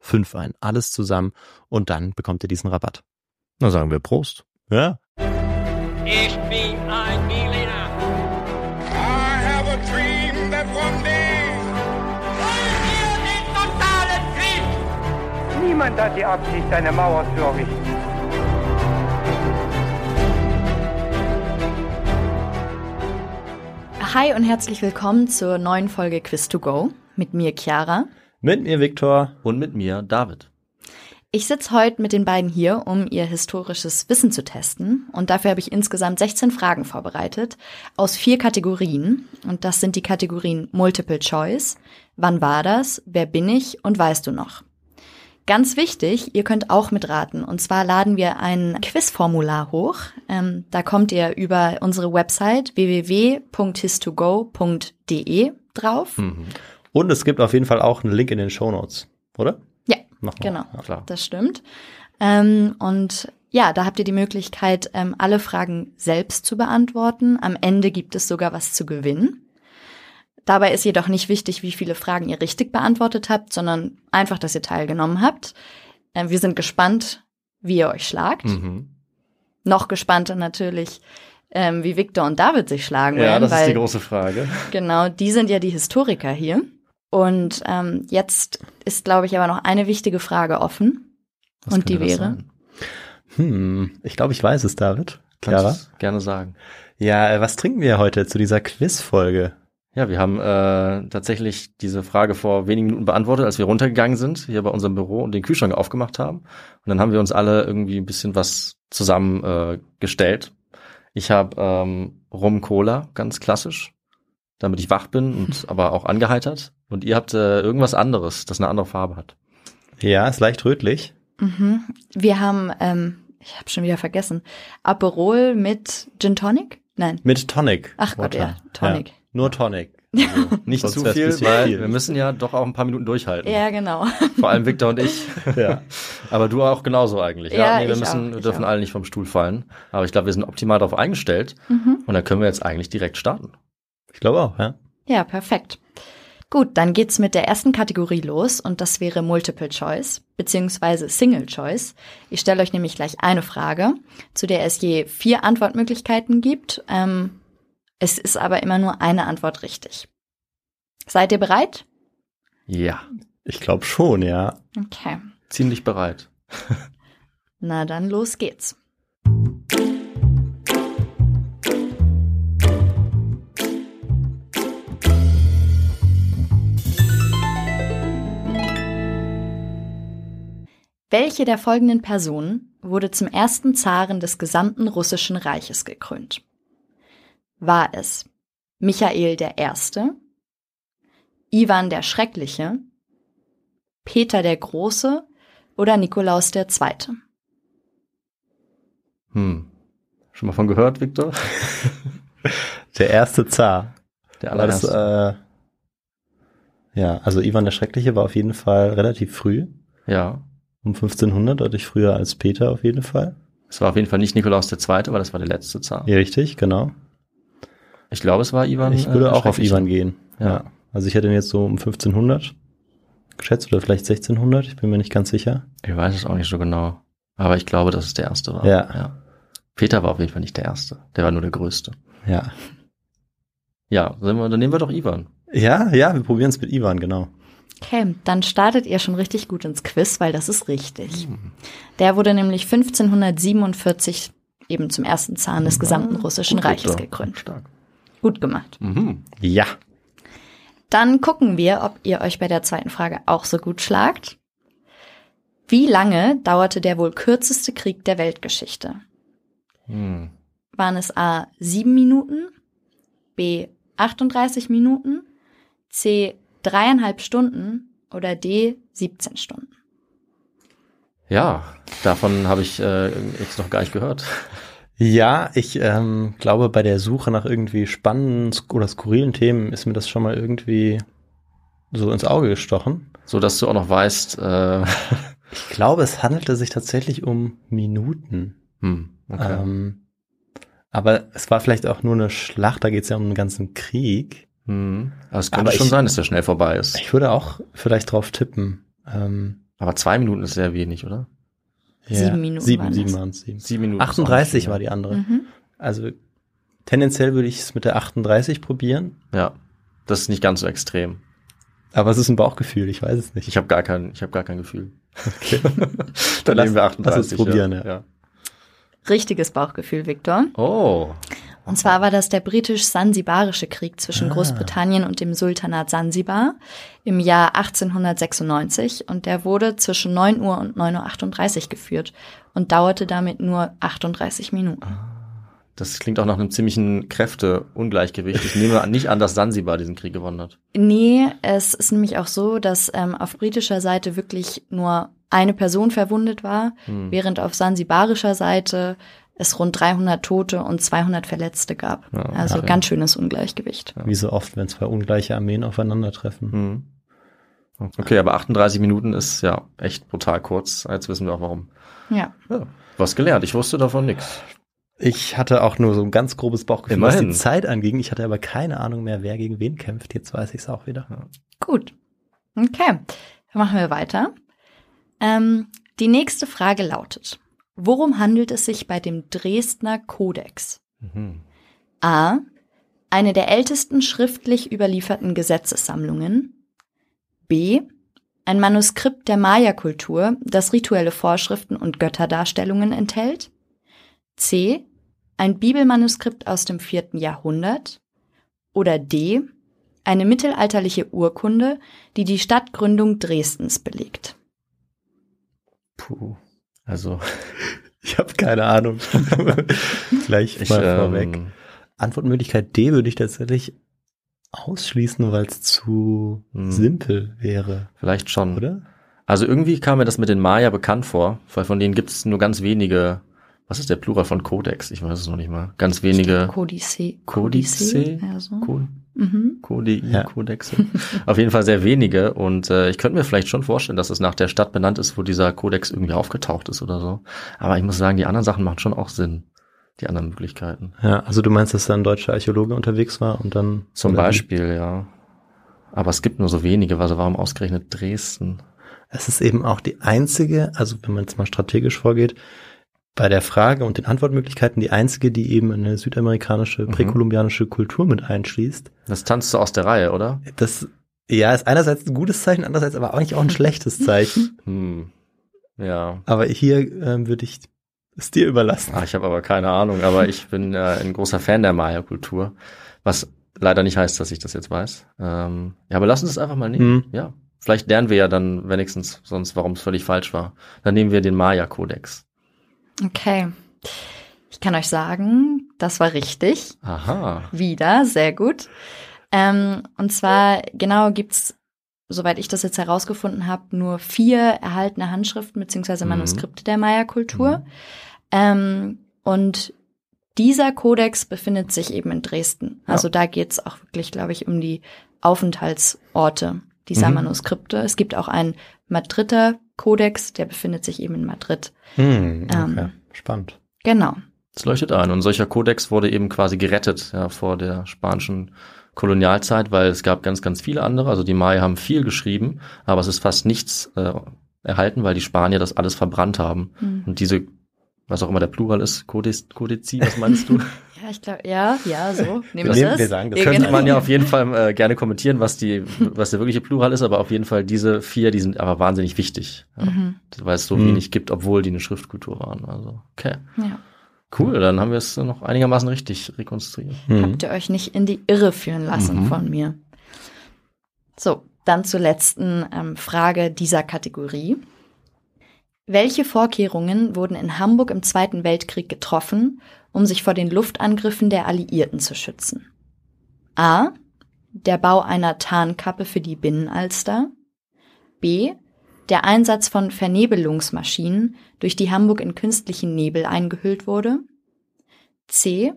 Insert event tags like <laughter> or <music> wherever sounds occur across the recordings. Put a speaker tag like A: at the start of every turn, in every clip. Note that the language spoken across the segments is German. A: 5 ein. Alles zusammen und dann bekommt ihr diesen Rabatt.
B: Na sagen wir Prost.
A: Ja.
C: Ich bin ein Berliner.
D: I have a dream that one day
C: Wollen wir den totalen Krieg?
E: Niemand hat die Absicht, eine Mauer zu errichten.
F: Hi und herzlich willkommen zur neuen Folge Quiz to Go mit mir Chiara.
A: Mit mir, Viktor.
B: Und mit mir, David.
F: Ich sitze heute mit den beiden hier, um ihr historisches Wissen zu testen. Und dafür habe ich insgesamt 16 Fragen vorbereitet aus vier Kategorien. Und das sind die Kategorien Multiple Choice, Wann war das, Wer bin ich und Weißt du noch? Ganz wichtig, ihr könnt auch mitraten. Und zwar laden wir ein Quizformular hoch. Ähm, da kommt ihr über unsere Website www.histogo.de drauf.
A: Und es gibt auf jeden Fall auch einen Link in den Shownotes, oder?
F: Ja,
A: Machen wir.
F: Genau,
A: Ja, klar.
F: das stimmt. Ähm, und ja, da habt ihr die Möglichkeit, ähm, alle Fragen selbst zu beantworten. Am Ende gibt es sogar was zu gewinnen. Dabei ist jedoch nicht wichtig, wie viele Fragen ihr richtig beantwortet habt, sondern einfach, dass ihr teilgenommen habt. Ähm, wir sind gespannt, wie ihr euch schlagt.
B: Mhm.
F: Noch gespannter natürlich, ähm, wie Victor und David sich schlagen
B: Ja,
F: werden,
B: das ist
F: weil
B: die große Frage.
F: Genau, die sind ja die Historiker hier. Und ähm, jetzt ist, glaube ich, aber noch eine wichtige Frage offen.
B: Was
F: Und die
B: könnte das
F: wäre?
B: sein?
A: Hm, ich glaube, ich weiß es, David.
B: Kannst
A: Clara?
B: du's gerne sagen.
A: Ja, äh, was trinken wir heute zu dieser Quiz-Folge?
B: Ja, wir haben äh, tatsächlich diese Frage vor wenigen Minuten beantwortet, als wir runtergegangen sind, hier bei unserem Büro und den Kühlschrank aufgemacht haben. Und dann haben wir uns alle irgendwie ein bisschen was zusammengestellt. Äh, gestellt. ich habe ähm, Rum Cola, ganz klassisch, damit ich wach bin
A: <laughs>
B: und aber auch angeheitert. Und ihr habt äh, irgendwas anderes, das eine andere Farbe hat.
A: Ja, ist leicht rötlich.
F: Mhm. Wir haben, ähm, ich habe schon wieder vergessen, Aperol mit Gin Tonic? Nein.
A: Mit Tonic.
F: Ach Gott,
A: Water.
F: ja, Tonic.
A: Nur Tonic.
B: Nicht
A: Sonst
B: zu
A: wär's ein
B: viel,
A: bisschen
B: weil
A: viel.
B: wir müssen ja doch auch ein paar Minuten durchhalten.
F: Ja, genau.
B: Vor allem Victor und ich.
A: Ja.
B: Aber du auch genauso eigentlich. Ja,
F: Ja,
B: nee, wir
F: ich
B: müssen,
F: auch,
B: wir
F: ich
B: dürfen
F: auch.
B: alle nicht vom Stuhl fallen. Aber ich glaube, wir sind optimal darauf eingestellt.
F: Mhm.
B: Und dann können wir jetzt eigentlich direkt starten.
A: Ich glaube auch, ja.
F: Ja, perfekt. Gut, dann geht's mit der ersten Kategorie los und das wäre Multiple Choice beziehungsweise Single Choice. Ich stelle euch nämlich gleich eine Frage, zu der es je vier Antwortmöglichkeiten gibt. Ähm, es ist aber immer nur eine Antwort richtig. Seid ihr bereit?
B: Ja,
A: Ich glaube schon, ja.
F: Okay.
B: ziemlich bereit.
F: Na dann los geht's. Welche der folgenden Personen wurde zum ersten Zaren des gesamten russischen Reiches gekrönt? War es Michael der Erste, Ivan der Schreckliche, Peter der Große oder Nikolaus der Zweite?
B: Hm. Schon mal von gehört, Victor?
A: Der erste Zar.
B: Der
A: War das,
B: allererste.
A: äh, ja, also Ivan der Schreckliche war auf jeden Fall relativ früh.
B: ja.
A: Um 1500, deutlich früher als Peter auf jeden Fall.
B: Es war auf jeden Fall nicht Nikolaus der Zweite, weil das war der letzte Zar.
A: Ja, richtig, genau.
B: Ich glaube, es war Ivan.
A: Ich
B: äh,
A: würde
B: der
A: auch auf
B: Schreckliche.
A: Ivan gehen.
B: Ja.
A: Ja. Also ich hätte ihn jetzt so um 1500 geschätzt oder vielleicht 1600, ich bin mir nicht ganz sicher.
B: Ich weiß es auch nicht so genau. Aber ich glaube, dass es der Erste war.
A: Ja.
B: Peter war auf jeden Fall nicht der Erste. Der war nur der Größte.
A: Ja.
B: Ja, sind wir, dann nehmen wir doch Ivan.
A: Ja, ja, wir probieren es mit Ivan, genau.
F: Okay, dann startet ihr schon richtig gut ins Quiz, weil das ist richtig. Der wurde nämlich 1547 eben zum ersten Zahn des gesamten russischen Reiches
B: Victor.
F: gekrönt.
B: Stark.
F: Gut gemacht.
B: Mhm.
A: Ja.
F: Dann gucken wir, ob ihr euch bei der zweiten Frage auch so gut schlagt. Wie lange dauerte der wohl kürzeste Krieg der Weltgeschichte?
B: Hm.
F: Waren es A 7 Minuten, B 38 Minuten, C dreieinhalb Stunden oder D 17 Stunden?
B: Ja, davon habe ich äh, jetzt noch gar nicht gehört.
A: Ja, ich ähm, glaube, bei der Suche nach irgendwie spannenden sk- oder skurrilen Themen ist mir das schon mal irgendwie so ins Auge gestochen.
B: So dass du auch noch weißt, äh,
A: Ich glaube, es handelte sich tatsächlich um Minuten.
B: hm, okay.
A: Ähm, aber es war vielleicht auch nur eine Schlacht, da geht es ja um einen ganzen Krieg.
B: hm. Aber es könnte
A: aber
B: schon
A: ich-
B: sein, dass der schnell vorbei ist.
A: Ich würde auch vielleicht drauf tippen. Ähm,
B: Aber zwei Minuten ist sehr wenig, oder?
A: ja.
F: Sieben Minuten
A: Sieben,
F: waren
A: sieben
F: das.
A: waren es. Sieben.
B: Sieben Minuten.
A: 38 war die
F: Mhm.
A: andere. Also tendenziell würde ich es mit der 38 probieren.
B: Ja, das ist nicht ganz so extrem.
A: Aber es ist ein Bauchgefühl, ich weiß es
G: <laughs>
A: nicht.
B: Ich habe gar kein, ich habe gar
A: <laughs>
B: kein Gefühl.
A: Okay.
B: Dann
A: Lass-
B: nehmen wir
A: lass uns
B: 38.
A: probieren,
B: ja.
A: ja.
B: Ja.
F: Richtiges Bauchgefühl, Viktor.
B: Oh,
F: Und zwar war das der britisch-sansibarische Krieg zwischen Großbritannien und dem Sultanat Sansibar im Jahr 1896 und der wurde zwischen 9 Uhr und 9.38 Uhr geführt und dauerte damit nur 38 Minuten.
B: das klingt auch nach einem ziemlichen Kräfteungleichgewicht. Ich nehme an- nicht an, dass Sansibar diesen Krieg gewonnen hat.
F: Nee, es ist nämlich auch so, dass ähm, auf britischer Seite wirklich nur eine Person verwundet war,
B: Hm.
F: während auf sansibarischer Seite es rund 300 Tote und 200 Verletzte gab.
G: Oh,
B: Ja,
F: also
B: okay.
F: ganz schönes Ungleichgewicht.
A: Wie so oft, wenn zwei ungleiche Armeen aufeinandertreffen.
G: Mhm.
B: Hm. Okay, aber 38 Minuten ist ja echt brutal kurz. Jetzt wissen wir auch warum.
F: Ja.
B: Ja, was gelernt. Ich wusste davon nichts.
A: Ich hatte auch nur so ein ganz grobes Bauchgefühl,
B: Immerhin.
A: was die Zeit anging. Ich hatte aber keine Ahnung mehr, wer gegen wen kämpft. Jetzt weiß ich es auch wieder.
F: Gut. Okay, dann machen wir weiter. Ähm, die nächste Frage lautet, worum handelt es sich bei dem Dresdner Kodex?
A: Mhm.
F: A. Eine der ältesten schriftlich überlieferten Gesetzessammlungen. B. Ein Manuskript der Maya-Kultur, das rituelle Vorschriften und Götterdarstellungen enthält. C. Ein Bibelmanuskript aus dem vierten Jahrhundert. Oder D eine mittelalterliche Urkunde, die die Stadtgründung Dresdens belegt.
G: Puh. Also,
A: Ich habe keine
G: <laughs>
A: Ahnung. Gleich
G: ich,
A: mal vorweg.
G: ähm,
A: Antwortmöglichkeit D würde ich tatsächlich ausschließen, weil es zu
G: Hm.
A: simpel wäre,
G: vielleicht schon.
A: oder?
G: Also irgendwie kam mir das mit den Maya bekannt vor, weil von denen gibt es nur ganz wenige, was ist der Plural von Codex? Ich weiß es noch nicht mal. Ganz wenige
F: Codice.
G: Codice?
F: Ja, so.
G: Co
F: Mhm.
G: Code
A: Ja.
G: Codexe. <laughs> Auf jeden Fall sehr wenige und äh, ich könnte mir vielleicht schon vorstellen, dass es nach der Stadt benannt ist, wo dieser Codex irgendwie aufgetaucht ist oder so. Aber ich muss sagen, die anderen Sachen machen schon auch Sinn. Die anderen Möglichkeiten.
A: Ja, also du meinst, dass da ein deutscher Archäologe unterwegs war und dann
G: Zum
A: oder wie?
G: Beispiel, ja. Aber es gibt nur so wenige, also warum ausgerechnet Dresden?
A: Es ist eben auch die einzige, also wenn man jetzt mal strategisch vorgeht, bei der Frage und den Antwortmöglichkeiten die einzige, die eben eine südamerikanische,
G: Mhm.
A: präkolumbianische Kultur mit einschließt.
G: Das tanzt so aus der Reihe, oder?
A: Das ja ist einerseits ein gutes Zeichen, andererseits aber eigentlich auch ein schlechtes <laughs> Zeichen.
G: Hm. Ja.
A: Aber hier ähm, würde ich es dir überlassen.
G: Ah, ich habe aber keine Ahnung, aber ich bin äh, ein großer Fan der Maya-Kultur, was leider nicht heißt, dass ich das jetzt weiß. Ähm, ja, aber lass uns das einfach mal nehmen.
A: Mhm.
G: Ja, vielleicht lernen wir ja dann wenigstens sonst, warum es völlig falsch war. Dann nehmen wir den Maya-Kodex.
F: Okay. Ich kann euch sagen, das war richtig.
G: Aha.
F: Wieder, sehr gut. Ähm, und zwar genau gibt's, soweit ich das jetzt herausgefunden habe, nur vier erhaltene Handschriften bzw.
G: Mhm.
F: Manuskripte der Maya-Kultur. Ähm, und dieser Kodex befindet sich eben in Dresden. Also da geht's auch wirklich, glaube ich, um die Aufenthaltsorte dieser
G: Mhm.
F: Manuskripte. Es gibt auch einen Madrider Kodex, der befindet sich eben in Madrid. okay.
A: Mhm. Spannend.
F: Genau.
G: Es leuchtet ein. Und solcher Kodex wurde eben quasi gerettet ja, vor der spanischen Kolonialzeit, weil es gab ganz, ganz viele andere. Also die Maya haben viel geschrieben, aber es ist fast nichts äh, erhalten, weil die Spanier das alles verbrannt haben.
F: Hm.
G: Und diese, was auch immer der Plural ist, Codex, Codeci, was
F: <laughs>
G: meinst du?
F: Ja, ich glaube, ja, ja, so. Nehmen wir,
A: nehmen-
F: das.
A: wir sagen das.
F: Ja,
G: Könnte
F: genau.
G: man ja auf jeden Fall äh, gerne kommentieren, was, die, was der wirkliche Plural ist, aber auf jeden Fall diese vier, die sind aber wahnsinnig wichtig, ja,
F: Mhm.
G: weil es so
A: Mhm.
G: wenig gibt, obwohl die eine Schriftkultur waren. Also, okay.
F: Ja.
G: Cool, dann haben wir es noch einigermaßen richtig rekonstruiert.
A: Mhm.
F: Habt ihr euch nicht in die Irre führen lassen
G: Mhm.
F: von mir. So, dann zur letzten ähm, Frage dieser Kategorie. Welche Vorkehrungen wurden in Hamburg im Zweiten Weltkrieg getroffen, um sich vor den Luftangriffen der Alliierten zu schützen? A. Der Bau einer Tarnkappe für die Binnenalster. B. Der Einsatz von Vernebelungsmaschinen, durch die Hamburg in künstlichen Nebel eingehüllt wurde. C.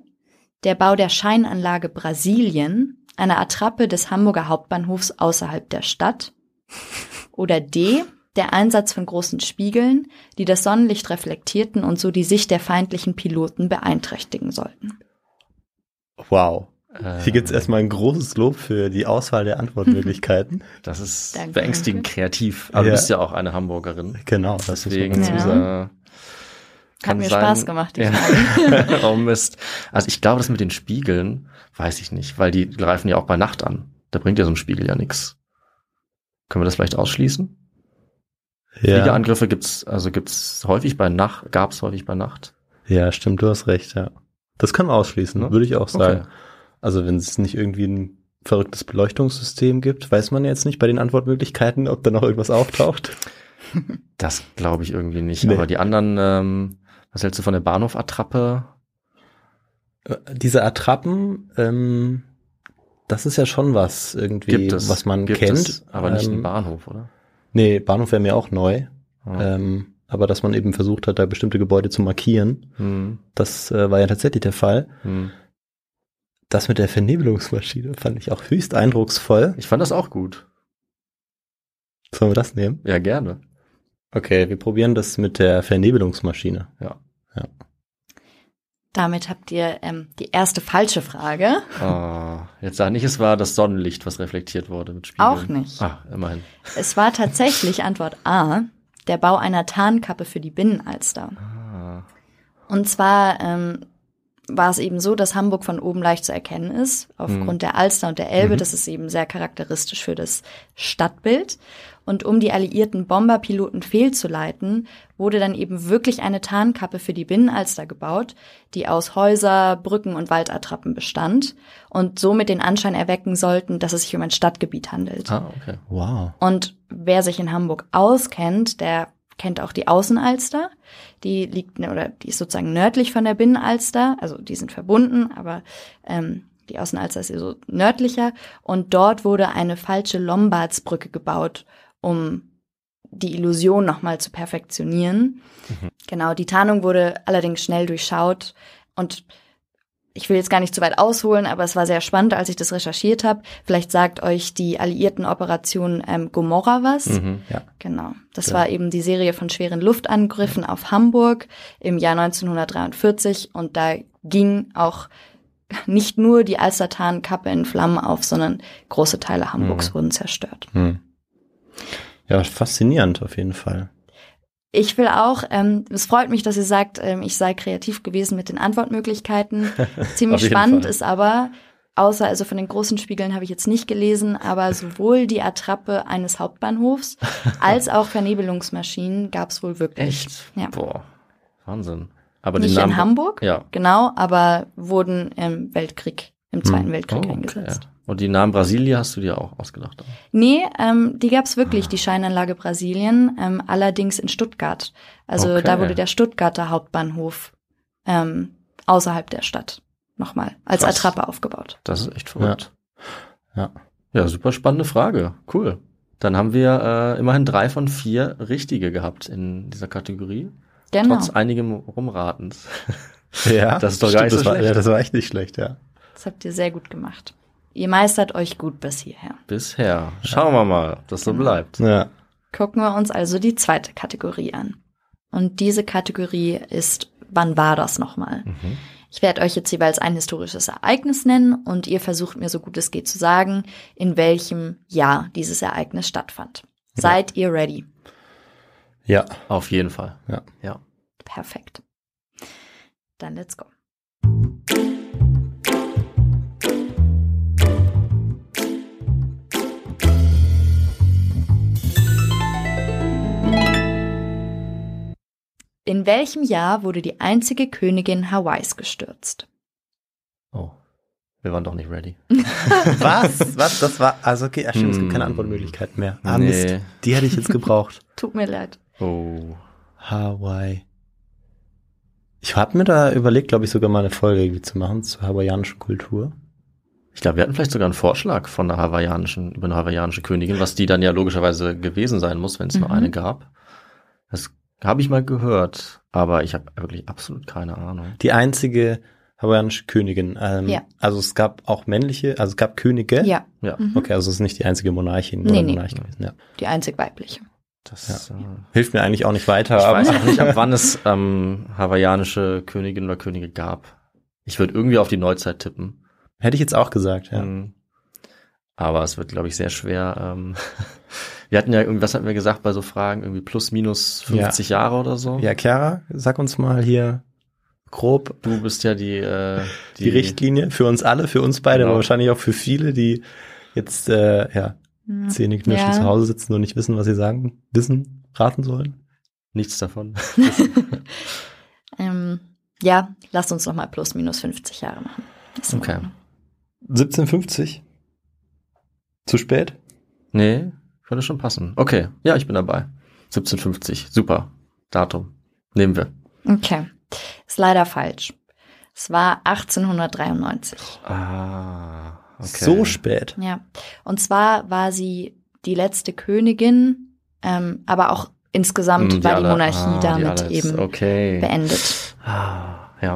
F: Der Bau der Scheinanlage Brasilien, einer Attrappe des Hamburger Hauptbahnhofs außerhalb der Stadt. Oder D. Der Einsatz von großen Spiegeln, die das Sonnenlicht reflektierten und so die Sicht der feindlichen Piloten beeinträchtigen sollten.
A: Wow. Hier
G: Äh,
A: gibt's erstmal ein großes Lob für die Auswahl der Antwortmöglichkeiten.
G: Das ist
F: Danke,
G: beängstigend
F: danke.
G: kreativ. Aber
A: Ja.
G: du bist ja auch eine Hamburgerin.
A: genau, das muss man
G: Deswegen
A: dazu
F: Ja.
A: sagen.
G: äh,
F: Hat
G: kann
F: mir
G: sein-
F: Spaß gemacht, die
G: ja.
F: Frage.
G: <laughs> oh Mist. Also ich glaube, das mit den Spiegeln, weiß ich nicht, weil die greifen ja auch bei Nacht an. Da bringt ja so ein Spiegel ja nichts. Können wir das vielleicht ausschließen?
A: Ja.
G: Fliegerangriffe gibt's, also gibt's häufig bei Nacht, gab's häufig bei Nacht.
A: ja, stimmt, du hast recht, ja. Das können wir ausschließen,
G: Ne?
A: würde ich auch sagen.
G: Okay.
A: Also wenn es nicht irgendwie ein verrücktes Beleuchtungssystem gibt, weiß man jetzt nicht bei den Antwortmöglichkeiten, ob da noch irgendwas auftaucht.
G: Das glaube ich irgendwie nicht.
A: Nee.
G: Aber die anderen, ähm, was hältst du von der Bahnhofattrappe?
A: Äh, Diese Attrappen, ähm, das ist ja schon was irgendwie,
G: Gibt es.
A: was man
G: gibt
A: kennt.
G: Es, aber nicht
A: ähm,
G: ein Bahnhof, oder?
A: Nee, Bahnhof wäre mir auch neu.
G: Ja.
A: Ähm, aber dass man eben versucht hat, da bestimmte Gebäude zu markieren,
G: Hm,
A: das äh, war ja tatsächlich der Fall.
G: hm.
A: Das mit der Vernebelungsmaschine fand ich auch höchst eindrucksvoll.
G: Ich fand das auch gut.
A: Sollen wir das nehmen?
G: Ja, gerne.
A: Okay, wir probieren das mit der Vernebelungsmaschine.
F: Damit habt ihr ähm, die erste falsche Frage.
G: Ah, jetzt sag nicht, es war das Sonnenlicht, was reflektiert wurde mit Spiegeln.
F: Auch nicht.
G: Ah, immerhin.
F: Es war tatsächlich Antwort A, der Bau einer Tarnkappe für die Binnenalster.
G: Ah.
F: Und zwar ähm, war es eben so, dass Hamburg von oben leicht zu erkennen ist, aufgrund der Alster und der Elbe. Das ist eben sehr charakteristisch für das Stadtbild. Und um die alliierten Bomberpiloten fehlzuleiten, wurde dann eben wirklich eine Tarnkappe für die Binnenalster gebaut, die aus Häuser, Brücken und Waldattrappen bestand und somit den Anschein erwecken sollten, dass es sich um ein Stadtgebiet handelt.
G: Ah, okay.
A: Wow.
F: Und wer sich in Hamburg auskennt, der kennt auch die Außenalster. Die liegt ne, oder die ist sozusagen nördlich von der Binnenalster. Also die sind verbunden, aber ähm, die Außenalster ist eher so nördlicher. Und dort wurde eine falsche Lombardsbrücke gebaut, um die Illusion nochmal zu perfektionieren. Genau, die Tarnung wurde allerdings schnell durchschaut und ich will jetzt gar nicht zu weit ausholen, aber es war sehr spannend, als ich das recherchiert habe. Vielleicht sagt euch die alliierten Operationen ähm, Gomorra was.
G: Mhm, ja.
F: Genau. Das war eben die Serie von schweren Luftangriffen auf Hamburg im Jahr 1943 und da ging auch nicht nur die Alstertarnkappe in Flammen auf, sondern große Teile Hamburgs wurden zerstört.
A: Hm. Mhm. Ja, faszinierend auf jeden Fall.
F: Ich will auch, ähm, es freut mich, dass ihr sagt, ähm, ich sei kreativ gewesen mit
A: <laughs>
F: den Antwortmöglichkeiten. Ziemlich
G: Auf jeden
F: spannend
G: Fall.
F: ist aber, außer also von den großen Spiegeln habe ich jetzt nicht gelesen, aber sowohl die Attrappe eines Hauptbahnhofs als auch Vernebelungsmaschinen gab es wohl wirklich. Ja.
G: Boah. Wahnsinn. Aber
F: Nicht
G: den Namen
F: in Hamburg,
G: Ja.
F: genau, aber wurden im Weltkrieg, im Zweiten Weltkrieg
G: Oh,
F: eingesetzt.
G: ja. Und die Namen Brasilia hast du dir auch ausgedacht.
F: Nee, ähm, die gab's wirklich,
G: Ah.
F: die Scheinanlage Brasilien, ähm, allerdings in Stuttgart. Also
G: Okay.
F: da wurde der Stuttgarter Hauptbahnhof ähm, außerhalb der Stadt nochmal als
G: Krass.
F: Attrappe aufgebaut.
G: Das ist echt verrückt.
A: Ja.
G: Ja, super spannende Frage. Cool. Dann haben wir äh, immerhin drei von vier richtige gehabt in dieser Kategorie.
F: Genau.
G: Trotz einigem Rumratens.
A: Ja,
G: Das ist doch gar nicht so
A: das war,
G: schlecht.
A: ja, das war echt nicht schlecht, ja.
F: Das habt ihr sehr gut gemacht. Ihr meistert euch gut bis hierher.
G: Bisher. Schauen wir mal, ob das so
F: Genau.
G: bleibt.
A: Ja.
F: Gucken wir uns also die zweite Kategorie an. Und diese Kategorie ist, wann war das nochmal? Ich werde euch jetzt jeweils ein historisches Ereignis nennen und ihr versucht mir so gut es geht zu sagen, in welchem Jahr dieses Ereignis stattfand. Seid ihr ready?
A: Ja.
G: Auf jeden Fall.
A: Ja.
G: ja.
F: Perfekt. Dann let's go. In welchem Jahr wurde die einzige Königin Hawaiis gestürzt?
G: Oh. Wir waren doch nicht ready.
A: Was? Was? Das war, also okay, ja, stimmt, es gibt keine
G: Hm.
A: Antwortmöglichkeiten mehr.
G: Nee.
A: die hätte ich jetzt gebraucht.
F: Tut mir leid.
G: Oh.
A: Hawaii. Ich habe mir da überlegt, glaube ich, sogar mal eine Folge irgendwie zu machen zur hawaiianischen Kultur.
G: Ich glaube, wir hatten vielleicht sogar einen Vorschlag von einer hawaiianischen, über eine hawaiianische Königin, was die dann ja logischerweise gewesen sein muss, wenn es nur
F: Mhm.
G: eine gab. Das habe ich mal gehört, aber ich habe wirklich absolut keine Ahnung.
A: Die einzige hawaiianische Königin. Ähm,
F: Ja.
A: Also es gab auch männliche, also es gab Könige.
F: Ja,
G: Ja,
A: Okay, also es ist nicht die einzige Monarchin
F: Nee,
A: oder
F: nee.
A: Monarch gewesen. Ja.
F: die einzig weibliche.
G: das äh,
A: Hilft mir eigentlich auch nicht weiter.
G: ich
A: aber
G: weiß auch nicht, ab wann es ähm, hawaiianische Königin oder Könige gab. Ich würde irgendwie auf die Neuzeit tippen.
A: <laughs> Hätte ich jetzt auch gesagt, ja.
G: Ähm, Aber es wird, glaube ich, sehr schwer. Ähm, <laughs> wir hatten ja irgendwie, was hatten wir gesagt bei so Fragen? Irgendwie plus minus 50 Jahre oder so.
A: Ja, Chiara, sag uns mal hier grob
G: Du bist ja die, äh,
A: die, Richtlinie für uns alle, für uns beide,
G: Genau.
A: aber wahrscheinlich auch für viele, die jetzt äh, ja,
F: Hm.
A: zähneknirschend
F: Ja.
A: zu Hause sitzen und nicht wissen, was sie sagen, wissen, raten sollen.
G: Nichts davon. <laughs>
F: Ähm, ja, lasst uns noch mal plus minus 50 Jahre machen. Ist in
G: Okay.
F: Ordnung.
A: 1750? Zu spät?
G: Nee, würde schon passen. Okay, ja, ich bin dabei. 1750, super. Datum. Nehmen wir.
F: Okay. Ist leider falsch. Es war 1893.
G: Ah,
A: So spät.
F: Ja. Und zwar war sie die letzte Königin, ähm, aber auch insgesamt
G: Hm,
F: war die Monarchie
G: ah,
F: damit eben
G: okay.
F: beendet.
G: Ah, ja.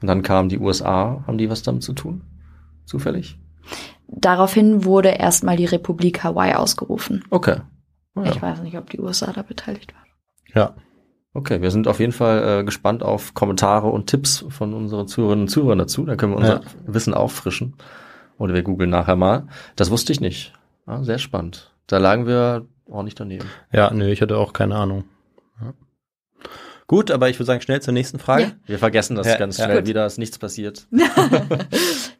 G: Und dann kamen die USA, haben die was damit zu tun? Zufällig?
F: Daraufhin wurde erstmal die Republik Hawaii ausgerufen.
G: Okay. Ah,
F: Ich
G: Ja.
F: weiß nicht, ob die USA da beteiligt waren.
A: Ja.
G: Okay, wir sind auf jeden Fall äh, gespannt auf Kommentare und Tipps von unseren Zuhörerinnen und Zuhörern dazu. Da können wir
A: Ja.
G: unser Wissen auffrischen. Oder wir googeln nachher mal. Das wusste ich nicht. Ah, sehr spannend. Da lagen wir ordentlich daneben.
A: Ja, nö, ich hatte auch keine Ahnung. Ja. Gut, aber ich würde sagen, schnell zur nächsten Frage.
F: Ja.
G: Wir vergessen das
A: Ja,
G: ganz
A: ja.
G: schnell
A: Gut.
G: wieder, ist nichts passiert.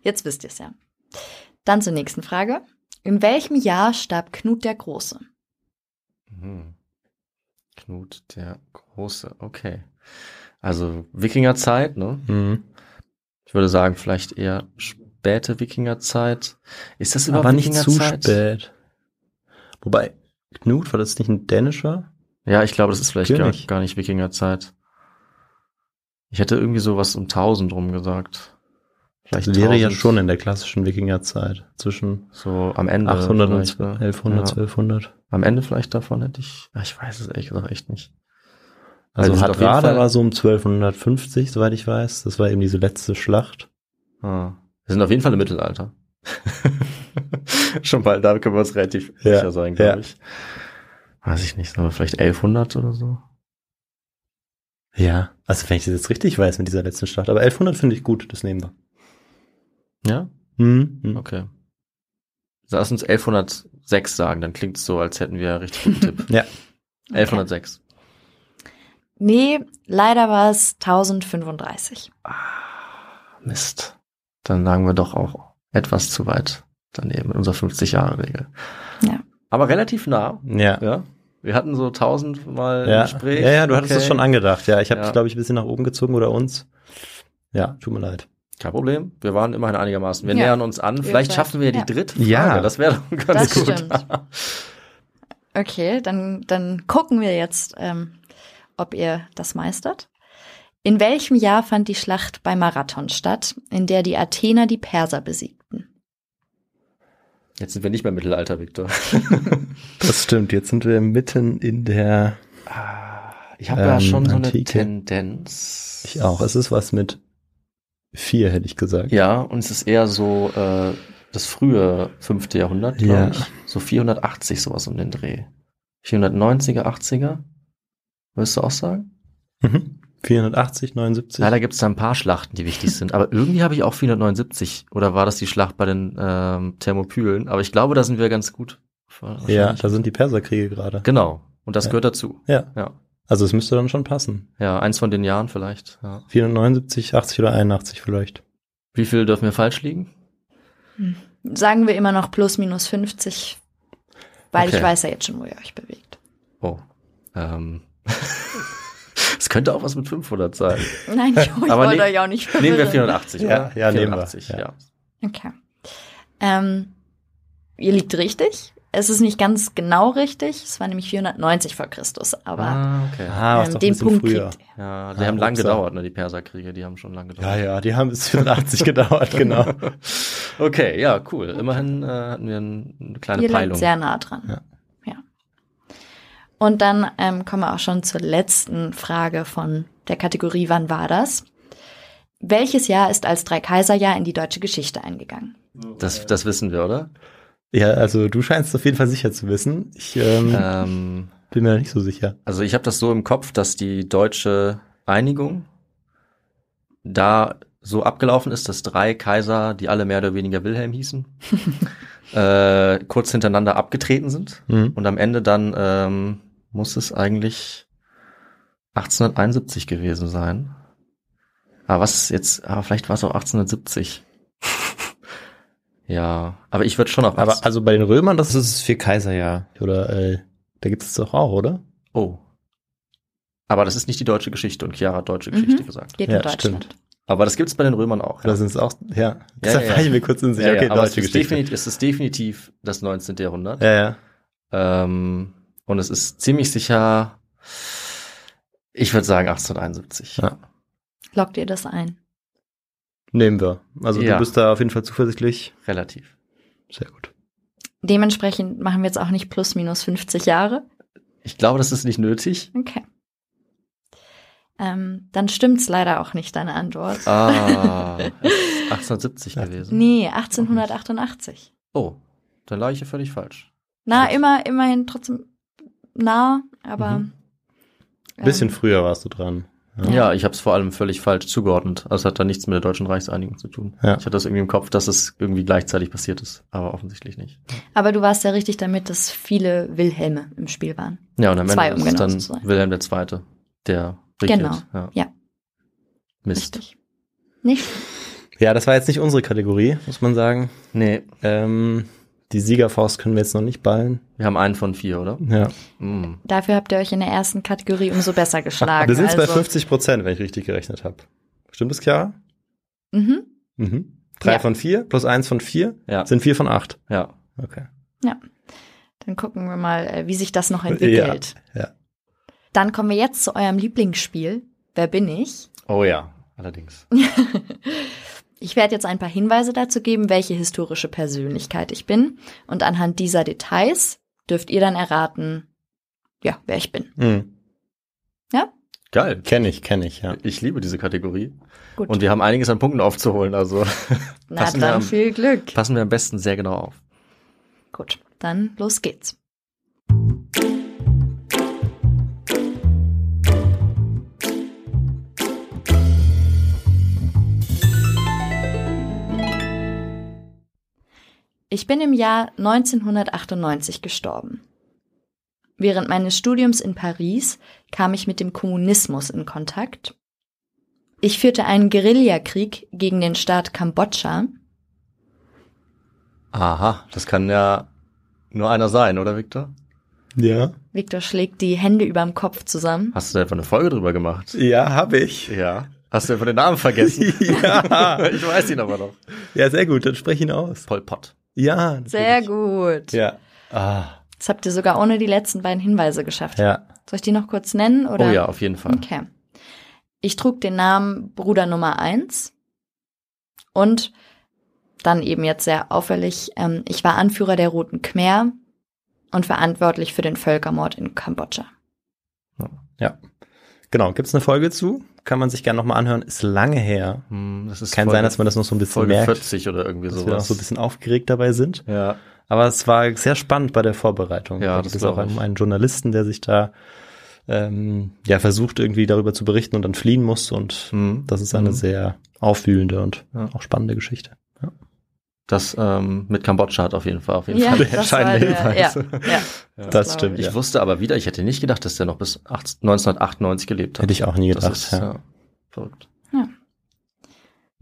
F: Jetzt wisst ihr es ja. Dann zur nächsten Frage. In welchem Jahr starb Knut der Große?
G: Mhm. Knut der Große, okay. Also Wikingerzeit, ne?
A: Mhm.
G: Ich würde sagen, vielleicht eher späte Wikingerzeit. Ist das überhaupt
A: Aber nicht zu
G: Wikingerzeit?
A: spät. Wobei, Knut, war das nicht ein dänischer?
G: Ja, ich glaube, das ist vielleicht gar,
A: König.
G: gar nicht Wikingerzeit. Ich hätte irgendwie sowas um 1000 rum gesagt. Vielleicht
A: Das wäre ja
G: 1000,
A: schon in der klassischen Wikingerzeit. Zwischen
G: so am Ende.
A: 800 und
G: vielleicht, ne?
A: 1100,
G: Ja.
A: 1200.
G: Am Ende vielleicht davon hätte ich. Ah, Ich weiß es ehrlich gesagt echt nicht. Also
A: Also
G: wir sind auf jeden
A: Hadrada
G: Fall-
A: war so um 1250, soweit ich weiß. Das war eben diese letzte Schlacht.
G: Ah. Wir sind auf jeden Fall im Mittelalter. <laughs> schon bald, da können wir uns relativ
A: Ja,
G: sicher sein, glaube
A: ja.
G: ich. Weiß ich nicht, aber vielleicht 1100 oder so.
A: Ja. Also wenn ich das jetzt richtig weiß mit dieser letzten Schlacht. Aber 1100 finde ich gut, das nehmen wir.
G: Ja,
A: Mhm. Mhm.
G: okay. Lass uns 1106 sagen, dann klingt es so, als hätten wir richtig einen Tipp.
A: <laughs> Ja.
G: 1106.
F: Nee, leider war es 1035.
G: Mist. Dann lagen wir doch auch etwas zu weit daneben mit unserer 50-Jahre-Regel.
F: Ja.
G: Aber relativ nah,
A: Ja.
G: ja. Wir hatten so tausendmal
A: Ja.
G: ein Gespräch.
A: ja, ja, du hattest
G: Okay.
A: das schon angedacht. Ja, ich habe
G: Ja.
A: dich, glaube ich, ein bisschen nach oben gezogen oder uns. Ja, tut mir leid.
G: Kein Problem. Wir waren immerhin einigermaßen. Wir
F: Ja.
G: nähern uns an. Vielleicht
F: seid-
G: schaffen wir die
F: ja.
G: dritte Frage.
A: Ja.
G: Das wäre doch
F: Das
G: ganz gut.
F: stimmt. Okay, dann, dann gucken wir jetzt, ähm, ob ihr das meistert. In welchem Jahr fand die Schlacht bei Marathon statt, in der die Athener die Perser besiegten?
G: Jetzt sind wir nicht mehr <laughs> im Mittelalter, Victor.
A: Das stimmt. Jetzt sind wir mitten in der.
G: Ich habe ja
A: Ähm,
G: schon so eine
A: Antike.
G: Tendenz.
A: Ich auch. Es ist was mit vier, hätte ich gesagt.
G: Ja, und es ist eher so äh, das frühe fünfte Jahrhundert, glaube
A: Ja.
G: ich. So 480 sowas um den Dreh. 490er, 80er. Würdest du auch sagen?
A: Mhm. 480, 79.
G: Leider gibt es da ein paar Schlachten, die wichtig sind. Aber irgendwie habe ich auch 479. Oder war das die Schlacht bei den ähm, Thermopylen? Aber ich glaube, da sind wir ganz gut.
A: ja,
G: wahrscheinlich.
A: da sind die Perserkriege gerade.
G: Genau. Und das
A: Ja.
G: gehört dazu.
A: Ja,
G: Ja.
A: also es müsste dann schon passen.
G: Ja, eins von den Jahren vielleicht. Ja.
A: 479, 80 oder 81 vielleicht.
G: Wie viel dürfen wir falsch liegen?
F: Sagen wir immer noch plus minus 50, weil
G: Okay.
F: ich weiß ja jetzt schon, wo ihr euch bewegt.
G: Oh. Ähm. <laughs> Es könnte auch was mit 500 sein.
F: Nein,
G: <laughs>
F: ich, ich
G: Aber
F: wollte
G: ne-
F: euch auch nicht verwirren.
G: Nehmen wir 480,
A: Ja,
G: oder?
A: ja, nehmen wir,
G: 480,
A: ja.
G: ja.
F: Okay. Ähm, ihr liegt richtig. Es ist nicht ganz genau richtig. Es war nämlich 490 vor Christus, aber
G: Ah, okay.
A: Ah,
F: ähm, den Punkt kriegt ihr.
G: Ja, die
A: Ah,
G: haben lang
A: upsa.
G: gedauert, ne? Die Perserkriege, die haben schon lang
A: Ja,
G: gedauert.
A: ja, die haben bis 84 <laughs> gedauert, genau.
G: <laughs> Okay, ja, cool. Immerhin äh, hatten wir ein, eine kleine
F: Ihr
G: Peilung.
F: liegt sehr nah dran.
A: Ja.
F: Ja. Und dann ähm, kommen wir auch schon zur letzten Frage von der Kategorie Wann war das? Welches Jahr ist als Dreikaiserjahr in die deutsche Geschichte eingegangen?
G: das, das wissen wir, oder?
A: Ja, also du scheinst auf jeden Fall sicher zu wissen. Ich ähm,
G: ähm,
A: bin mir da nicht so sicher.
G: Also ich habe das so im Kopf, dass die deutsche Einigung da so abgelaufen ist, dass drei Kaiser, die alle mehr oder weniger Wilhelm hießen, äh, kurz hintereinander abgetreten sind.
A: Mhm.
G: Und am Ende dann ähm, muss es eigentlich 1871 gewesen sein. Aber was ist jetzt, aber vielleicht war es auch 1870. ja, aber ich würde schon auf 18
A: Aber also bei den Römern, das ist das vier Kaiserjahr. Oder äh, da gibt es doch auch, oder?
G: Oh. Aber das ist nicht die deutsche Geschichte und Chiara hat deutsche Geschichte
F: Mhm.
G: gesagt.
F: Geht
A: Ja,
F: um Deutschland.
G: Aber das gibt's bei den Römern auch.
A: Oder sind es auch, ja. Deshalb
G: ja, ja.
A: war ich mir kurz in sich.
G: Ja,
A: okay,
G: ja, aber es
A: deutsche
G: ist,
A: Geschichte.
G: definitiv, es ist definitiv das 19. Jahrhundert.
A: Ja, ja.
G: Ähm, und es ist ziemlich sicher, ich würde sagen 1871.
A: Ja.
F: Lockt ihr das ein?
A: Nehmen wir. Also
G: Ja.
A: du bist da auf jeden Fall zuversichtlich.
G: Relativ.
A: Sehr gut.
F: Dementsprechend machen wir jetzt auch nicht plus minus 50 Jahre.
G: Ich glaube, das ist nicht nötig.
F: Okay. Ähm, dann stimmt's leider auch nicht, deine Antwort.
G: <laughs> Ah, es ist 1870
A: Ja.
G: gewesen.
F: Nee, 1888.
G: Oh, dann lag ich ja völlig falsch.
F: Na,
G: Krass.
F: immer, immerhin trotzdem nah, aber.
A: Mhm. Bisschen
F: ähm,
A: früher warst du dran.
G: Ja, ich habe es vor allem völlig falsch zugeordnet. Also es hat da nichts mit der deutschen Reichseinigung zu tun.
A: Ja.
G: Ich hatte das irgendwie im Kopf, dass es irgendwie gleichzeitig passiert ist, aber offensichtlich nicht.
F: Aber du warst ja richtig damit, dass viele Wilhelme im Spiel waren.
G: Ja, und am
F: Zwei,
G: Ende
F: um
G: ist es
F: genau
G: dann
F: zu sein.
G: Wilhelm II., der regiert.
F: Genau, ja.
G: Mist.
F: Richtig. Nicht?
A: Ja, das war jetzt nicht unsere Kategorie, muss man sagen.
G: Nee,
A: Ähm, Die Siegerfaust können wir jetzt noch nicht ballen.
G: Wir haben einen von vier, oder?
A: Ja.
G: Mm.
F: Dafür habt ihr euch in der ersten Kategorie
A: <laughs>
F: umso besser geschlagen.
A: wir sind jetzt bei
F: also,
A: 50 Prozent, wenn ich richtig gerechnet habe. Stimmt es, Chiara?
F: Mhm.
A: Mhm. Drei
F: Ja.
A: von vier plus eins von vier
G: Ja.
A: sind vier von acht.
G: Ja.
A: Okay.
F: Dann gucken wir mal, äh, wie sich das noch entwickelt.
A: Ja, ja.
F: Dann kommen wir jetzt zu eurem Lieblingsspiel. Wer bin ich?
G: Oh ja, allerdings.
F: Ich werde jetzt ein paar Hinweise dazu geben, welche historische Persönlichkeit ich bin. Und anhand dieser Details dürft ihr dann erraten, ja, wer ich bin.
A: Mhm.
G: Geil.
A: Kenne ich, kenne ich, ja.
G: Ich liebe diese Kategorie.
F: Gut,
G: Und wir haben einiges an Punkten aufzuholen, also
F: na
G: passen wir
F: dann
G: am-
F: viel Glück.
G: passen wir am besten sehr genau auf.
F: Gut, dann los geht's. Ich bin im Jahr 1998 gestorben. Während meines Studiums in Paris kam ich mit dem Kommunismus in Kontakt. Ich führte einen Guerillakrieg gegen den Staat Kambodscha.
G: Aha, das kann ja nur einer sein, oder Victor?
A: Ja.
F: Victor schlägt die Hände überm Kopf zusammen.
G: Hast du da etwa eine Folge drüber gemacht?
A: Ja, habe ich. <laughs>
G: Ja. Hast du etwa den Namen vergessen?
A: Ja.
G: <laughs> ich weiß ihn aber noch.
A: Ja, sehr gut, dann sprech ihn aus.
G: Pol Pot.
A: Ja. das
F: Sehr
A: will ich.
F: gut.
A: Ja. Ah,
F: Das habt ihr sogar ohne die letzten beiden Hinweise geschafft.
A: ja.
F: Soll ich die noch kurz nennen? Oder?
G: Oh ja, auf jeden Fall.
F: Okay. Ich trug den Namen Bruder Nummer eins und dann eben jetzt sehr auffällig, ähm, ich war Anführer der Roten Khmer und verantwortlich für den Völkermord in Kambodscha.
A: Genau, gibt's eine Folge zu? Kann man sich gerne nochmal anhören. Ist lange her.
G: Hm, Das ist
A: Kann
G: Folge-
A: sein, dass man das noch so ein bisschen
G: Folge
A: merkt,
G: 40 oder irgendwie
A: dass wir noch
G: sowas.
A: so ein bisschen aufgeregt dabei sind.
G: ja.
A: Aber es war sehr spannend bei der Vorbereitung.
G: Ja,
A: Da
G: das
A: geht es auch
G: glaub ich.
A: um einen Journalisten, der sich da ähm, ja versucht irgendwie darüber zu berichten und dann fliehen muss. Und
G: Hm.
A: das ist eine
G: Mhm.
A: sehr aufwühlende und
G: Ja.
A: auch spannende Geschichte.
G: Das ähm, mit Kambodscha hat auf jeden Fall auf jeden
F: Ja,
G: Fall
A: <laughs>
F: das war der- ja, ja.
A: Das,
F: glaub
A: stimmt.
G: Ich
A: Ja.
G: wusste aber wieder, ich hätte nicht gedacht, dass der noch bis 18, 1998 gelebt hat.
A: Hätte ich auch nie gedacht.
G: das ist,
A: ja.
G: ja, verrückt.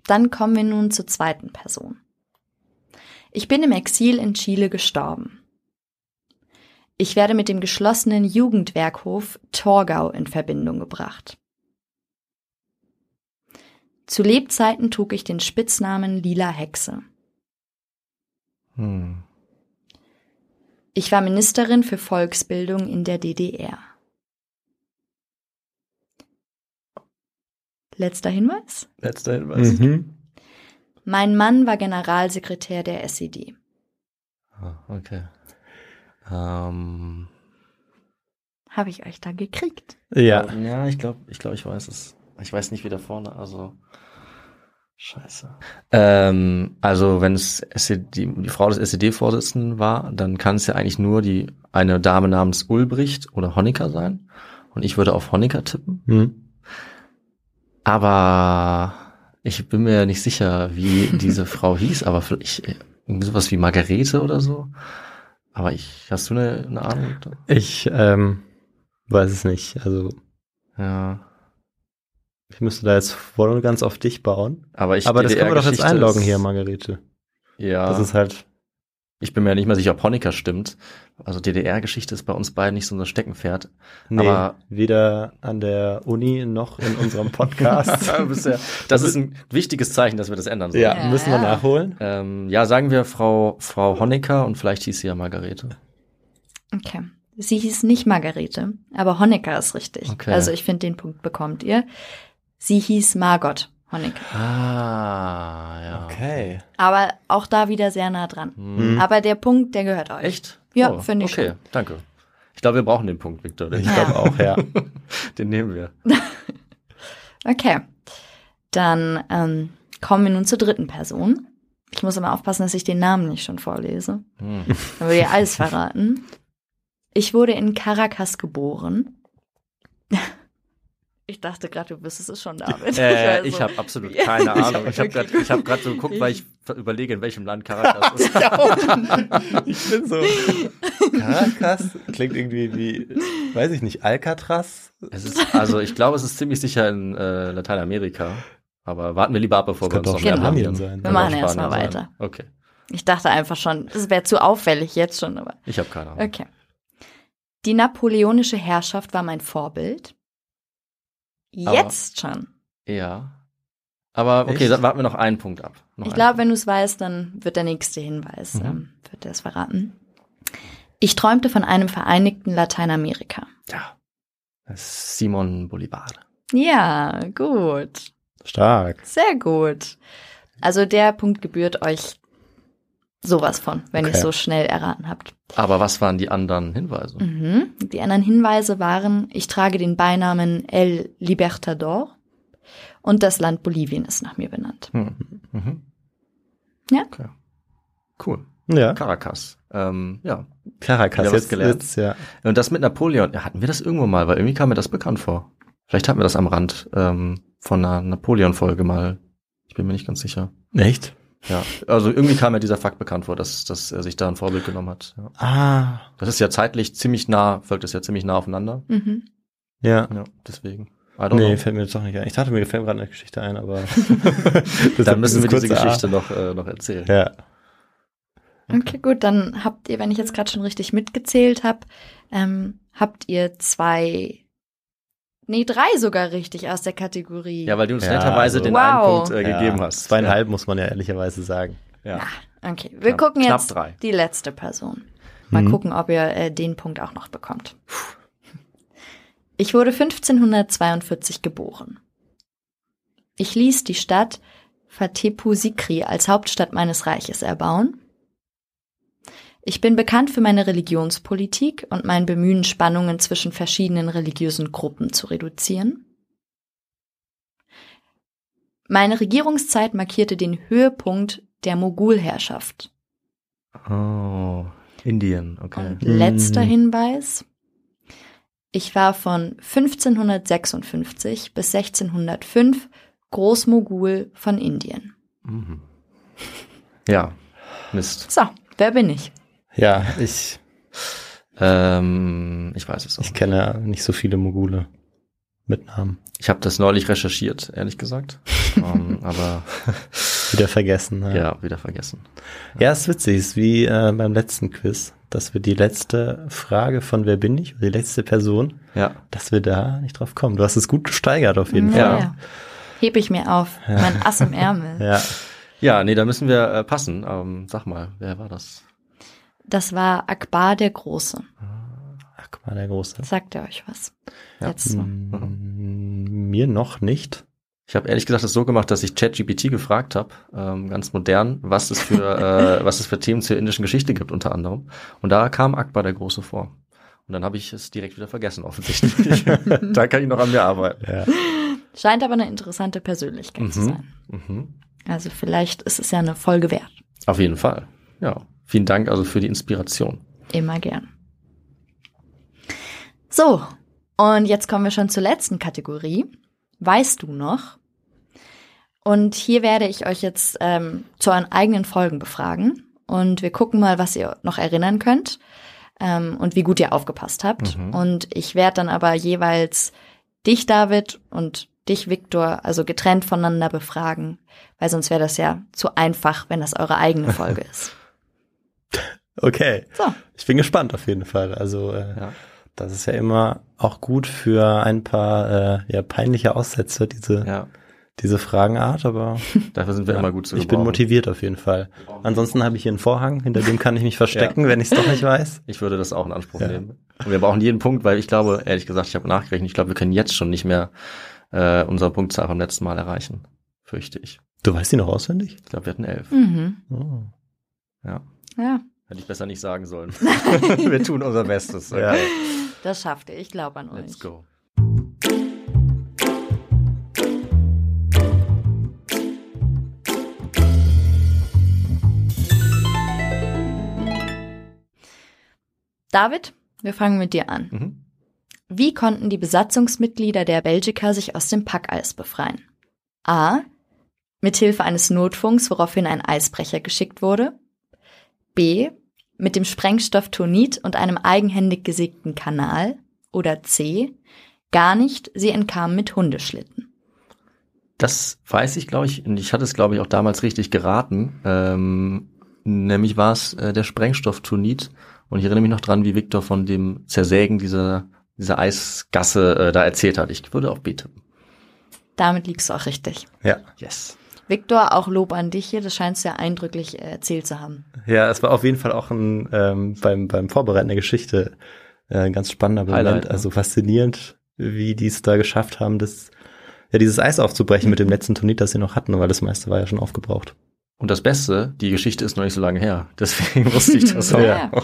F: Dann kommen wir nun zur zweiten Person. Ich bin im Exil in Chile gestorben. Ich werde mit dem geschlossenen Jugendwerkhof Torgau in Verbindung gebracht. Zu Lebzeiten trug ich den Spitznamen Lila Hexe.
G: Hm.
F: Ich war Ministerin für Volksbildung in der DDR. Letzter Hinweis?
G: Letzter Hinweis.
A: Mhm.
F: Mein Mann war Generalsekretär der E SED.
G: Ah, okay. Ähm,
F: Habe ich euch da gekriegt?
A: ja.
G: ja, ich glaube, ich glaube, ich weiß es. Ich weiß nicht, wie da vorne, also. Scheiße. Ähm, also, wenn es SED, die Frau des SED-Vorsitzenden war, dann kann es ja eigentlich nur die eine Dame namens Ulbricht oder Honecker sein. Und ich würde auf Honecker tippen.
A: Mhm.
G: Aber ich bin mir ja nicht sicher, <laughs> wie diese Frau hieß, aber vielleicht äh, irgendwie sowas wie Margarete oder so. Aber ich, hast du eine, eine Ahnung?
A: Ich ähm, weiß es nicht. Also
G: Ja.
A: ich müsste da jetzt voll und ganz auf dich bauen.
G: Aber ich,
A: Aber das können wir doch jetzt
G: DDR-Geschichte
A: einloggen
G: ist-
A: hier, Margarete.
G: Ja.
A: Das ist halt
G: Ich bin mir ja nicht mal sicher, ob Honecker stimmt. Also DDR-Geschichte ist bei uns beiden nicht so unser <laughs> Steckenpferd.
A: nee,
G: Aber-
A: weder an der Uni noch in unserem <laughs> Podcast.
G: Bisher. das ist ein wichtiges Zeichen, dass wir das ändern sollen.
A: Ja,
F: Ja,
A: müssen wir
F: ja.
A: nachholen.
G: Ähm, ja, sagen wir Frau, Frau Honecker und vielleicht hieß sie ja Margarete.
F: Okay. Sie hieß nicht Margarete, aber Honecker ist richtig.
G: Okay.
F: Also ich finde, den Punkt bekommt ihr. Sie hieß Margot Honecker.
G: Ah, ja.
A: Okay.
F: Aber auch da wieder sehr nah dran.
G: Hm.
F: Aber der Punkt, der gehört euch.
G: Echt? Oh,
F: Ja, finde ich
G: Okay,
F: schon.
G: danke. Ich glaube, wir brauchen den Punkt, Victor. Den,
A: Ich glaube auch, ja.
G: den nehmen wir.
F: Okay. Dann ähm, kommen wir nun zur dritten Person. Ich muss immer aufpassen, dass ich den Namen nicht schon vorlese.
G: Hm.
F: Dann würde ihr alles verraten. Ich wurde in Caracas geboren. <laughs> Ich dachte gerade, du wüsstest es schon, David.
G: Äh,
F: <laughs> Ich
G: <laughs> ich
F: war so-
G: habe absolut keine Ahnung. Ich habe gerade hab grad so geguckt, weil ich überlege, in welchem Land <laughs> Caracas ist.
A: Ich bin so. Caracas klingt irgendwie wie, weiß ich nicht, Alcatraz.
G: Es ist, also ich glaube, es ist ziemlich sicher in äh, Lateinamerika. Aber warten wir lieber ab, bevor
A: Das könnte
G: wir
A: auch
G: uns noch mehr
F: Spanien
G: blamieren.
A: sein.
F: Wir machen
G: Kann auch
F: erst mal
G: Spanien
F: weiter.
G: Okay.
F: Ich dachte einfach schon, das wäre zu auffällig jetzt schon, aber
G: Ich habe keine Ahnung.
F: okay. Die napoleonische Herrschaft war mein Vorbild.
G: Aber-
F: Jetzt schon.
G: Ja. Aber okay,
A: Echt?
G: dann warten wir noch einen Punkt ab. Noch Mhm.
F: Ich
G: einen
F: glaube,
G: Punkt.
F: wenn du es weißt, dann wird der nächste Hinweis, ähm, wird dir es verraten. Ich träumte von einem vereinigten Lateinamerika.
G: Ja. Das ist Simon Bolivar.
F: Ja, gut.
A: Stark.
F: Sehr gut. Also der Punkt gebührt euch sowas von, wenn ihr
A: Okay.
F: es so schnell erraten habt.
G: Aber was waren die anderen Hinweise?
F: Mhm. Die anderen Hinweise waren, ich trage den Beinamen El Libertador und das Land Bolivien ist nach mir benannt.
G: Hm. Mhm.
F: Ja.
G: Okay. Cool.
A: Ja.
G: Caracas. Ähm, ja.
A: Caracas,
G: Wieder was
A: jetzt,
G: gelernt.
A: jetzt, ja.
G: Und das mit Napoleon, ja, hatten wir das irgendwo mal, weil irgendwie kam mir das bekannt vor. Vielleicht hatten wir das am Rand ähm, von einer Napoleon-Folge mal. Ich bin mir nicht ganz sicher.
A: Echt?
G: Ja, also irgendwie kam mir dieser Fakt bekannt vor, dass, dass er sich da ein Vorbild genommen hat. Ja.
A: Ah.
G: Das ist ja zeitlich ziemlich nah, folgt das ja ziemlich nah aufeinander.
F: Mhm.
A: Ja.
G: Ja, deswegen. I don't
A: Nee,
G: know.
A: fällt mir jetzt doch nicht ein. Ich dachte, mir gefällt gerade eine Geschichte ein, <laughs> aber.
G: Dann müssen wir
A: kurz
G: diese Geschichte noch, äh, noch erzählen.
A: Ja.
F: Okay, gut, dann habt ihr, wenn ich jetzt gerade schon richtig mitgezählt habe, ähm, habt ihr zwei, nee, drei sogar richtig aus der Kategorie.
G: Ja, weil du uns
A: Ja,
G: netterweise
A: also-
G: den einen
F: Wow.
G: Punkt äh,
A: ja.
G: gegeben hast.
A: Zweieinhalb muss man ja ehrlicherweise sagen.
G: Ja. Ja.
F: okay, wir
G: knapp-
F: gucken
G: knapp
F: jetzt
G: drei.
F: die letzte Person. Mal
A: Mhm.
F: gucken, ob ihr äh, den Punkt auch noch bekommt. Ich wurde 1542 geboren. Ich ließ die Stadt Fatepu Sikri als Hauptstadt meines Reiches erbauen. Ich bin bekannt für meine Religionspolitik und mein Bemühen, Spannungen zwischen verschiedenen religiösen Gruppen zu reduzieren. Meine Regierungszeit markierte den Höhepunkt der Mogulherrschaft.
G: Oh, Indien, okay.
F: Und letzter
A: Hm.
F: Hinweis. Ich war von 1556 bis 1605 Großmogul von Indien.
G: Mhm. Ja, Mist.
F: So, wer bin ich?
A: Ja, ich,
G: Ähm, ich weiß es auch.
A: ich
G: nicht.
A: kenne nicht so viele Mogule mit Namen.
G: Ich habe das neulich recherchiert, ehrlich <laughs> gesagt. Ähm, aber
A: Wieder vergessen. ne?
G: ja, wieder vergessen.
A: Ja, ist witzig, ist wie äh, beim letzten Quiz, dass wir die letzte Frage von Wer bin ich, die letzte Person,
G: Ja.
A: dass wir da nicht drauf kommen. Du hast es gut gesteigert auf jeden
G: Ja.
A: Fall.
F: Heb ich mir auf. Mein Ass im Ärmel.
A: <laughs> Ja.
G: Ja, nee, da müssen wir äh, passen. Ähm, sag mal, wer war das?
F: Das war Akbar der Große.
A: Ach, guck mal, der Große.
F: Sagt er euch was?
G: Ja.
F: Jetzt
A: Mhm.
F: so.
A: Mm, Mir noch nicht.
G: Ich habe ehrlich gesagt das so gemacht, dass ich ChatGPT gefragt habe, ähm, ganz modern, was es
A: <laughs>
G: für äh, was es für Themen zur indischen Geschichte gibt unter anderem. Und da kam Akbar der Große vor. Und dann habe ich es direkt wieder
A: <laughs>
G: vergessen, offensichtlich. da kann ich noch an mir arbeiten.
A: Ja.
F: Scheint aber eine interessante Persönlichkeit zu
G: Mhm.
F: sein.
G: Mhm.
F: Also vielleicht ist es ja eine Folge wert.
G: Auf jeden Fall. Ja. Vielen Dank also für die Inspiration.
F: Immer gern. So, und jetzt kommen wir schon zur letzten Kategorie. Weißt du noch? Und hier werde ich euch jetzt ähm, zu euren eigenen Folgen befragen. Und wir gucken mal, was ihr noch erinnern könnt ähm, und wie gut ihr aufgepasst habt.
G: Mhm.
F: Und ich werde dann aber jeweils dich, David, und dich, Viktor, also getrennt voneinander befragen, weil sonst wäre das ja zu einfach, wenn das eure eigene Folge ist.
A: Okay.
F: So.
A: Ich bin gespannt auf jeden Fall. Also äh,
G: Ja.
A: das ist ja immer auch gut für ein paar äh, ja, peinliche Aussätze, diese,
G: Ja.
A: diese Fragenart, aber
G: Dafür sind wir
A: ja,
G: immer gut zu
A: ich bin
G: gebrauchen.
A: motiviert auf jeden Fall. Ansonsten habe ich hier einen Vorhang, hinter dem kann ich mich verstecken, wenn ich es doch nicht weiß.
G: Ich würde das auch in Anspruch
A: Ja.
G: nehmen. Und wir brauchen jeden Punkt, weil ich glaube, ehrlich gesagt, ich habe nachgerechnet, ich glaube, wir können jetzt schon nicht mehr äh, unsere Punktzahl vom letzten Mal erreichen. Fürchte ich.
A: Du weißt die noch auswendig?
G: Ich glaube, wir hatten elf.
F: Mhm.
A: Oh.
G: Ja.
F: Ja.
G: Hätte ich besser nicht sagen sollen. wir tun unser Bestes. Okay.
F: Das schafft ihr. Ich glaube an euch.
G: Let's go.
F: David, wir fangen mit dir an.
G: Mhm.
F: Wie konnten die Besatzungsmitglieder der Belgica sich aus dem Packeis befreien? A. Mithilfe eines Notfunks, woraufhin ein Eisbrecher geschickt wurde. B. Mit dem Sprengstoff Tonit und einem eigenhändig gesägten Kanal. Oder C. Gar nicht, sie entkamen mit Hundeschlitten.
G: Das weiß ich, glaube ich. Und ich hatte es, glaube ich, auch damals richtig geraten. Ähm, Nämlich war es äh, der Sprengstoff Tonit. Und ich erinnere mich noch dran, wie Viktor von dem Zersägen dieser, dieser Eisgasse äh, da erzählt hat. Ich würde auf B tippen.
F: Damit liegst du auch richtig.
A: Ja.
G: Yes.
F: Viktor, auch Lob an dich hier. Das scheinst du ja eindrücklich äh, erzählt zu haben.
A: Ja, es war auf jeden Fall auch ein, ähm, beim, beim Vorbereiten der Geschichte äh, ein ganz spannender Moment.
G: Highlight, ne?
A: Also faszinierend, wie die es da geschafft haben, das, ja, dieses Eis aufzubrechen mit dem letzten Tonit, das sie noch hatten, weil das meiste war ja schon aufgebraucht.
G: Und das Beste, die Geschichte ist noch nicht so lange her. <laughs> Deswegen wusste ich das auch.
F: Ja.
A: Oh,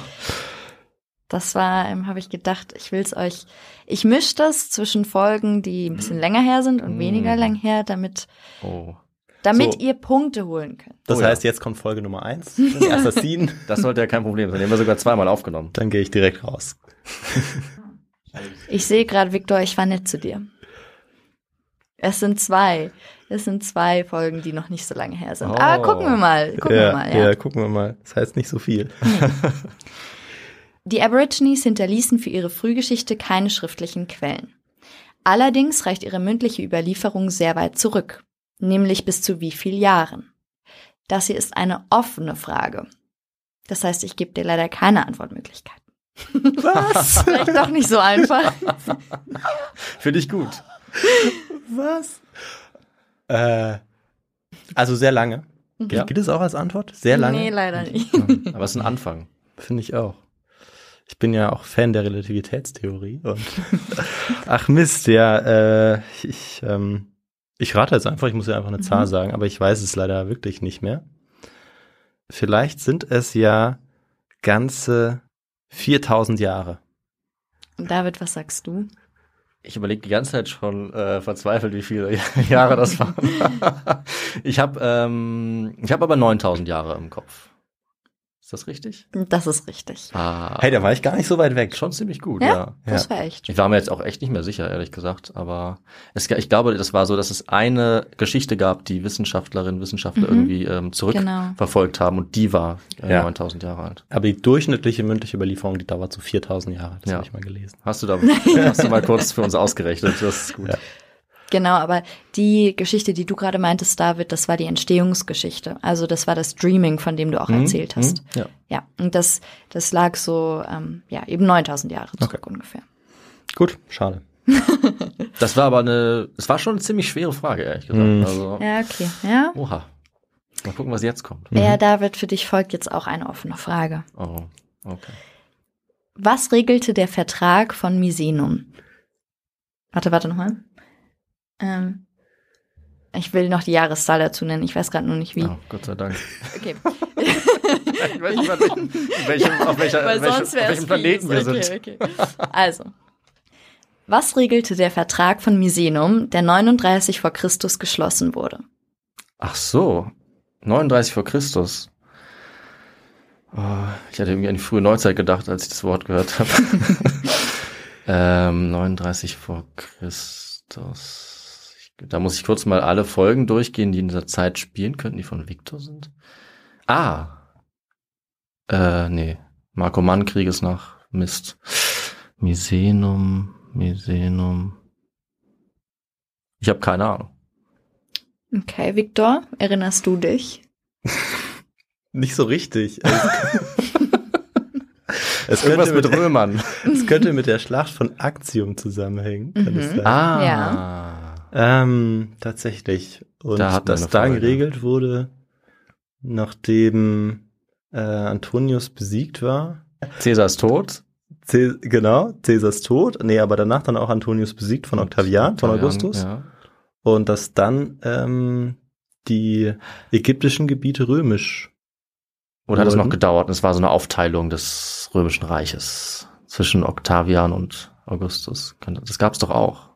F: Das war, ähm, habe ich gedacht, ich will's euch, ich mische das zwischen Folgen, die ein bisschen länger her sind und
G: Mm.
F: weniger lang her, damit,
G: Oh.
F: damit
A: So.
F: ihr Punkte holen könnt.
A: Das
G: Oh ja.
A: heißt, jetzt kommt Folge Nummer
F: <laughs>
A: eins, das Assassin.
G: Das sollte ja kein Problem sein. Den haben wir sogar zweimal aufgenommen.
A: Dann gehe ich direkt raus.
F: Ich sehe gerade, Viktor, ich war nett zu dir. Es sind zwei. Es sind zwei Folgen, die noch nicht so lange her sind.
G: Oh.
F: Aber gucken wir mal. Gucken
A: ja,
F: wir mal, ja.
A: ja, gucken wir mal. Das heißt nicht so viel.
F: Die Aborigines hinterließen für ihre Frühgeschichte keine schriftlichen Quellen. Allerdings reicht ihre mündliche Überlieferung sehr weit zurück, nämlich bis zu wie viel Jahren. Das hier ist eine offene Frage. Das heißt, ich gebe dir leider keine
G: <laughs>
F: Antwortmöglichkeit. Was? <laughs> Vielleicht doch nicht so einfach.
G: Finde ich gut.
A: Was? Äh, also sehr lange.
G: Ja.
A: Gibt es auch als Antwort? Sehr lange?
F: Mhm. Nee, leider nicht.
G: Aber es ist ein Anfang.
A: Finde ich auch. Ich bin ja auch Fan der Relativitätstheorie. Und <laughs> Ach Mist, ja. Äh, ich, ähm, ich rate jetzt einfach, ich muss ja einfach eine
G: Mhm.
A: Zahl sagen, aber ich weiß es leider wirklich nicht mehr. Vielleicht sind es ja ganze 4000 Jahre.
F: Und David, was sagst du?
G: Ich überlege die ganze Zeit schon äh, verzweifelt, wie viele <laughs> Jahre das <laughs> waren. ich habe ähm, ich hab aber 9000 Jahre im Kopf. Ist das richtig?
F: Das ist richtig.
G: Ah,
A: Hey, da war ich gar nicht so weit weg.
G: schon ziemlich gut,
F: Ja?
G: ja.
F: Das war echt.
G: Ich war mir jetzt auch echt nicht mehr sicher, ehrlich gesagt. Aber es, ich glaube, das war so, dass es eine Geschichte gab, die Wissenschaftlerinnen und Wissenschaftler
F: Mhm.
G: irgendwie ähm,
F: Genau.
G: zurückverfolgt haben. Und die war äh,
A: Ja.
G: 9000 Jahre alt.
A: Aber die durchschnittliche mündliche Überlieferung, die dauert so 4000 Jahre. Das
G: Ja.
A: habe ich mal gelesen.
G: Hast <laughs> du da hast du mal kurz für uns ausgerechnet. Das ist gut.
A: Ja.
F: Genau, aber die Geschichte, die du gerade meintest, David, das war die Entstehungsgeschichte. Also das war das Dreaming, von dem du auch
G: Mhm,
F: erzählt hast.
G: mhm, ja.
F: Ja, und das, das lag so, ähm, ja, eben 9000 Jahre zurück ungefähr.
A: Gut, schade.
G: Das war aber eine, es war schon eine ziemlich schwere Frage, ehrlich gesagt.
A: Mhm.
G: Also,
F: Ja, okay. Ja.
G: oha. Mal gucken, was jetzt kommt.
A: Mhm.
F: Ja, David, für dich folgt jetzt auch eine offene Frage.
G: Oh, okay.
F: Was regelte der Vertrag von Misenum? Warte, warte nochmal. Ähm, ich will noch die Jahreszahl dazu nennen. Ich weiß gerade nur nicht wie.
G: Oh, Gott sei Dank.
F: <laughs> Okay.
G: Ich weiß nicht, welchen, welchen,
F: <laughs>
G: auf, welcher,
F: Weil
G: welchem-
F: sonst
G: auf
F: wär's
G: welchem Planeten wir
F: fies.
G: sind.
F: okay, Okay. Also, was regelte der Vertrag von Misenum, der 39 vor Christus geschlossen wurde?
G: Ach so, 39 vor Christus. Oh, ich hatte irgendwie an die frühe Neuzeit gedacht, als ich das Wort gehört habe. ähm, 39 vor Christus. Ich, da muss ich kurz mal alle Folgen durchgehen, die in dieser Zeit spielen könnten, die von Viktor sind. Ah. Äh, nee. Marco Mann Krieg ist nach Mist. Misenum, Misenum. Ich habe keine Ahnung.
F: Okay, Viktor, erinnerst du dich?
A: Nicht so
G: <laughs>
A: richtig. Es, es,
G: Irgendwas
A: könnte
G: mit
A: mit,
G: Römern.
A: es könnte mit der Schlacht von Actium zusammenhängen. Kann es
F: Mhm.
A: sein?
G: Ah.
A: Ähm, tatsächlich. Und
G: Da hatten wir
A: dass
G: eine
A: da
G: Folge.
A: geregelt wurde, nachdem äh, Antonius besiegt war.
G: Cäsar ist tot.
A: Cä genau, Cäsars Tod. Nee, aber danach dann auch Antonius besiegt von Octavian, von Augustus.
G: Ja.
A: Und dass dann ähm, die ägyptischen Gebiete römisch.
G: Oder hat es noch
A: Leuten.
G: gedauert? Es war so eine Aufteilung des Römischen Reiches zwischen Octavian und Augustus. Könnte- Das gab es doch auch.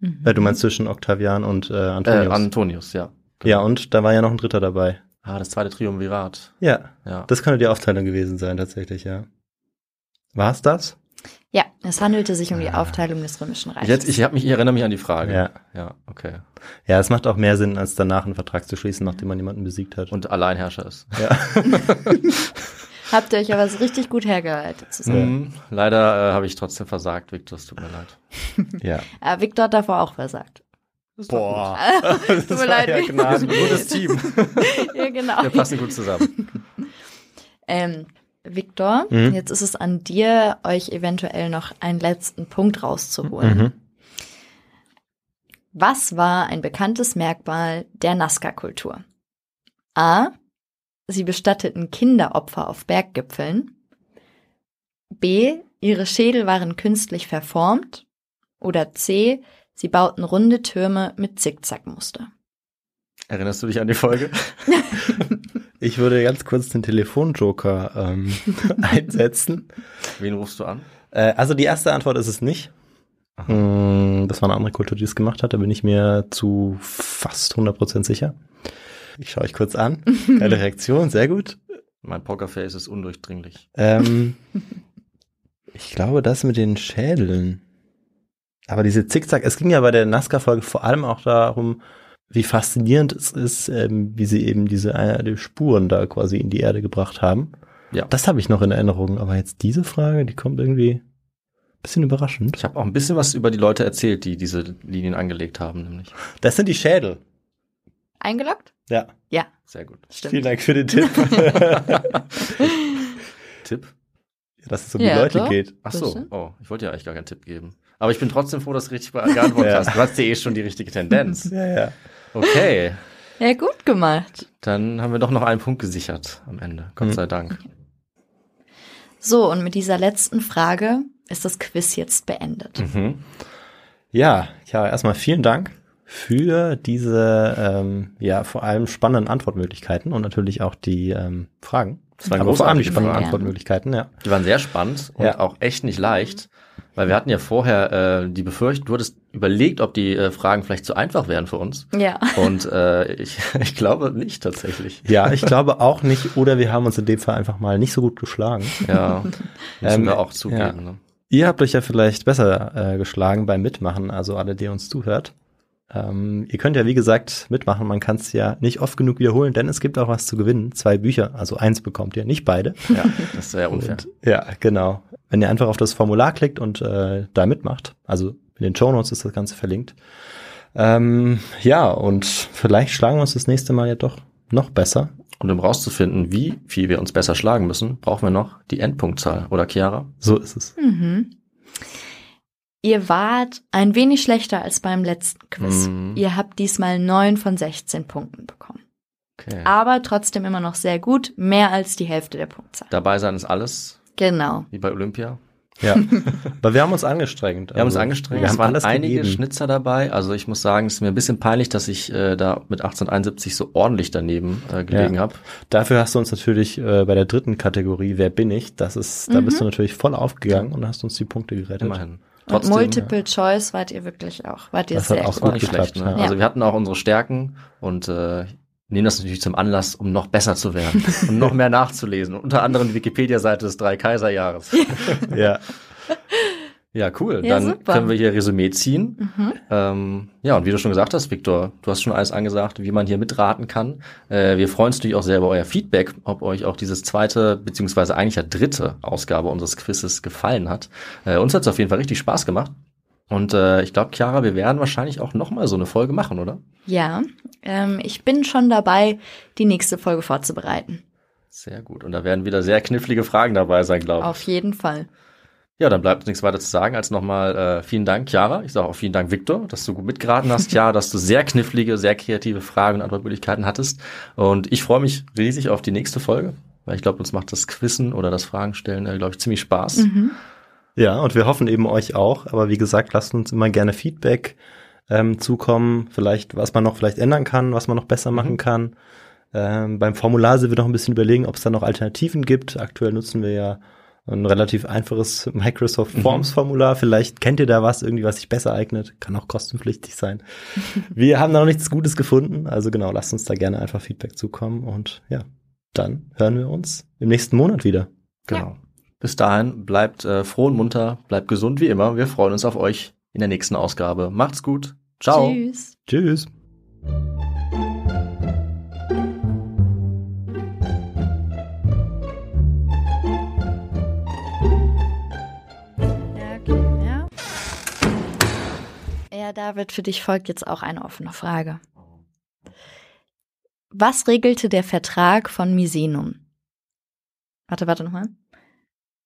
F: Mhm.
A: Äh, du meinst zwischen Octavian und äh,
G: Äh,
A: Antonius.
G: Antonius, ja.
A: ja, und da war ja noch ein Dritter dabei.
G: Ah, das zweite Triumvirat.
A: Ja,
G: Ja.
A: das könnte die Aufteilung gewesen sein, tatsächlich, ja. War es das?
F: Ja, es handelte sich um die Aufteilung des Römischen Reiches.
G: Jetzt, ich, hab mich, ich erinnere mich an die Frage.
A: Ja.
G: Ja, okay.
A: Ja, es macht auch mehr Sinn, als danach einen Vertrag zu schließen, nachdem man jemanden besiegt hat.
G: Und Alleinherrscher ist.
F: Habt ihr euch aber so richtig gut hergeleitet zusammen.
G: Mhm. Leider äh, habe ich trotzdem versagt, Victor. Es tut mir leid.
A: ja.
F: Äh, Viktor hat davor auch versagt.
G: Boah.
F: Tut mir leid,
A: ja
F: Viktor.
G: Wir sind ein gutes Team.
F: <laughs> Ja, genau.
G: Wir passen gut zusammen.
F: Ähm, Victor,
A: Mhm.
F: jetzt ist es an dir, euch eventuell noch einen letzten Punkt rauszuholen.
A: Mhm.
F: Was war ein bekanntes Merkmal der Nazca-Kultur? A. Sie bestatteten Kinderopfer auf Berggipfeln. B. Ihre Schädel waren künstlich verformt. Oder C. Sie bauten runde Türme mit Zickzackmuster.
G: Erinnerst du dich an die Folge?
A: Ich würde ganz kurz den Telefonjoker ähm, <laughs> einsetzen.
G: Wen rufst du an?
A: Äh, also die erste Antwort ist es nicht. Mm, Das war eine andere Kultur, die es gemacht hat. Da bin ich mir zu fast 100% sicher. Ich schaue euch kurz an. Geile Reaktion, sehr gut.
G: Mein Pokerface ist undurchdringlich.
A: Ähm, <laughs> ich glaube, das mit den Schädeln. Aber diese Zickzack, es ging ja bei der Nazca-Folge vor allem auch darum, wie faszinierend es ist, ähm, wie sie eben diese äh, die Spuren da quasi in die Erde gebracht haben.
G: Ja.
A: Das habe ich noch in Erinnerung. Aber jetzt diese Frage, die kommt irgendwie ein bisschen überraschend.
G: Ich habe auch ein bisschen was über die Leute erzählt, die diese Linien angelegt haben, nämlich.
A: Das sind die Schädel.
F: Eingeloggt?
A: Ja.
F: Ja,
G: Sehr gut.
F: stimmt.
A: Vielen Dank für den Tipp.
G: Tipp?
A: Dass es um die
F: Ja,
A: Leute
F: doch.
A: geht.
G: Ach so.
F: Bitte?
G: Oh, ich wollte ja eigentlich gar keinen Tipp geben. Aber ich bin trotzdem froh, dass du
A: <laughs>
G: richtig geantwortet
A: Ja.
G: hast. Du hast ja eh schon die richtige Tendenz.
A: Ja, ja.
G: Okay.
F: Ja, gut gemacht.
G: Dann haben wir doch noch einen Punkt gesichert am Ende. Gott
A: Mhm.
G: sei Dank.
F: So, und mit dieser letzten Frage ist das Quiz jetzt beendet.
G: Mhm.
A: Ja, ja, erstmal vielen Dank für diese ähm, ja vor allem spannenden Antwortmöglichkeiten und natürlich auch die ähm, Fragen.
G: Das waren
A: Aber vor allem die
G: großartige
A: spannenden
F: Fragen.
A: Antwortmöglichkeiten, ja.
G: Die waren sehr spannend und
A: Ja.
G: auch echt nicht leicht, weil wir hatten ja vorher äh, die Befürchtung, du hattest überlegt, ob die äh, Fragen vielleicht zu einfach wären für uns.
F: Ja.
G: Und äh, ich, <laughs> ich glaube
A: <laughs>
G: nicht tatsächlich.
A: Ja, ich glaube auch nicht, oder wir haben uns in dem Fall einfach mal nicht so gut geschlagen.
G: Ja, müssen
A: Ähm,
G: wir auch zugeben.
A: ja.
G: Ne?
A: Ihr habt euch ja vielleicht besser äh, geschlagen beim Mitmachen, also alle, die uns zuhört. Ähm, ihr könnt ja, wie gesagt, mitmachen. Man kann es ja nicht oft genug wiederholen, denn es gibt auch was zu gewinnen. Zwei Bücher, also eins bekommt ihr, nicht beide.
G: Ja, das wäre unfair.
A: Und, ja, genau. Wenn ihr einfach auf das Formular klickt und äh, da mitmacht, also in den Show Notes ist das Ganze verlinkt. Ähm, ja, und vielleicht schlagen wir uns das nächste Mal ja doch noch besser.
G: Und um rauszufinden, wie viel wir uns besser schlagen müssen, brauchen wir noch die Endpunktzahl, oder Chiara?
A: So ist es.
F: Mhm. Ihr wart ein wenig schlechter als beim letzten Quiz.
G: Mhm.
F: Ihr habt diesmal 9 von 16 Punkten bekommen.
G: Okay.
F: Aber trotzdem immer noch sehr gut, mehr als die Hälfte der Punktzahl.
G: Dabei sein ist alles,
F: Genau.
G: wie bei Olympia. <laughs>
A: Ja. Aber wir haben uns angestrengt.
G: Wir haben uns
A: Also,
G: angestrengt.
A: Wir
G: es
A: haben
G: waren
A: alles
G: einige
A: gegeben.
G: Schnitzer dabei. Also ich muss sagen, es ist mir ein bisschen peinlich, dass ich äh, da mit 1871 so ordentlich daneben äh, gelegen
A: Ja.
G: habe.
A: Dafür hast du uns natürlich äh, bei der dritten Kategorie, wer bin ich, das ist, da
F: Mhm.
A: bist du natürlich voll aufgegangen und hast uns die Punkte gerettet.
G: Immerhin.
F: Und
G: Trotzdem,
F: Multiple Choice wart ihr wirklich auch. Wart ihr
A: Das hat
F: sehr
A: auch
G: das war
F: gut.
A: gut
G: nicht schlecht.
A: geklappt,
G: Ne?
A: ja.
G: Also wir hatten auch unsere Stärken und äh, nehmen das natürlich zum Anlass, um noch besser
F: <laughs>
G: zu werden und noch mehr nachzulesen. Unter anderem die Wikipedia-Seite des
F: <laughs>
G: Drei-Kaiser-Jahres.
A: Ja.
G: Ja, cool.
F: Ja,
G: Dann
F: super.
G: können wir hier Resümee ziehen.
F: Mhm.
G: Ähm, ja, und wie du schon gesagt hast, Viktor, du hast schon alles angesagt, wie man hier mitraten kann. Äh, wir freuen uns natürlich auch sehr über euer Feedback, ob euch auch dieses zweite, beziehungsweise eigentlich ja dritte Ausgabe unseres Quizzes gefallen hat. Äh, uns hat es auf jeden Fall richtig Spaß gemacht. Und äh, ich glaube, Chiara, wir werden wahrscheinlich auch nochmal so eine Folge machen, oder?
F: Ja, ähm, ich bin schon dabei, die nächste Folge vorzubereiten.
G: Sehr gut. Und da werden wieder sehr knifflige Fragen dabei sein, glaube ich.
F: Auf jeden Fall.
G: Ja, dann bleibt uns nichts weiter zu sagen, als nochmal äh, vielen Dank, Chiara. Ich sage auch vielen Dank, Victor, dass du gut
F: <laughs>
G: mitgeraten hast. Chiara, dass du sehr knifflige, sehr kreative Fragen und Antwortmöglichkeiten hattest. Und ich freue mich riesig auf die nächste Folge, weil ich glaube, uns macht das Quizzen oder das Fragenstellen, äh, glaube ich, ziemlich Spaß.
F: Mhm.
A: Ja, und wir hoffen eben euch auch. Aber wie gesagt, lasst uns immer gerne Feedback ähm, zukommen. Vielleicht, was man noch vielleicht ändern kann, was man noch besser machen
G: Mhm.
A: kann. Ähm, beim Formular sind wir noch ein bisschen überlegen, ob es da noch Alternativen gibt. Aktuell nutzen wir ja ein relativ einfaches Microsoft Forms Formular. Vielleicht kennt ihr da was, irgendwie, was sich besser eignet. Kann auch kostenpflichtig sein. wir haben da noch nichts Gutes gefunden. Also genau, lasst uns da gerne einfach Feedback zukommen. Und ja, dann hören wir uns im nächsten Monat wieder.
G: Genau. Bis dahin, bleibt äh, froh und munter, bleibt gesund wie immer. Wir freuen uns auf euch in der nächsten Ausgabe. Macht's gut. Ciao.
F: Tschüss.
A: Tschüss.
F: Ja, okay, ja. Ja, David, für dich folgt jetzt auch eine offene Frage. Was regelte der Vertrag von Misenum? Warte, warte nochmal.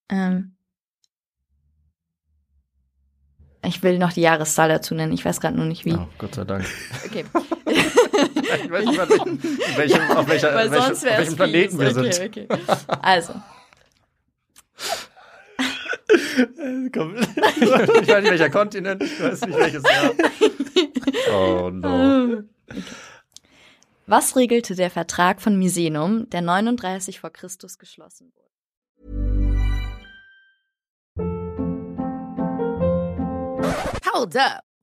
F: Ähm, ich will noch die Jahreszahl dazu nennen. Ich weiß gerade nur nicht wie.
G: Oh, Gott sei Dank.
F: Okay.
G: Ich weiß nicht, was ich- in welchem- <laughs> auf welcher-
F: Weil
G: welchem-
F: sonst wär's
G: auf welchem Planeten wir
F: fies.
G: sind.
F: okay, Okay. Also,
G: Ich weiß nicht, welcher Kontinent, ich weiß nicht, welches
H: <laughs>
G: Jahr. Oh no.
F: was regelte der Vertrag von Misenum, der 39 vor Christus geschlossen wurde?
I: Hold up.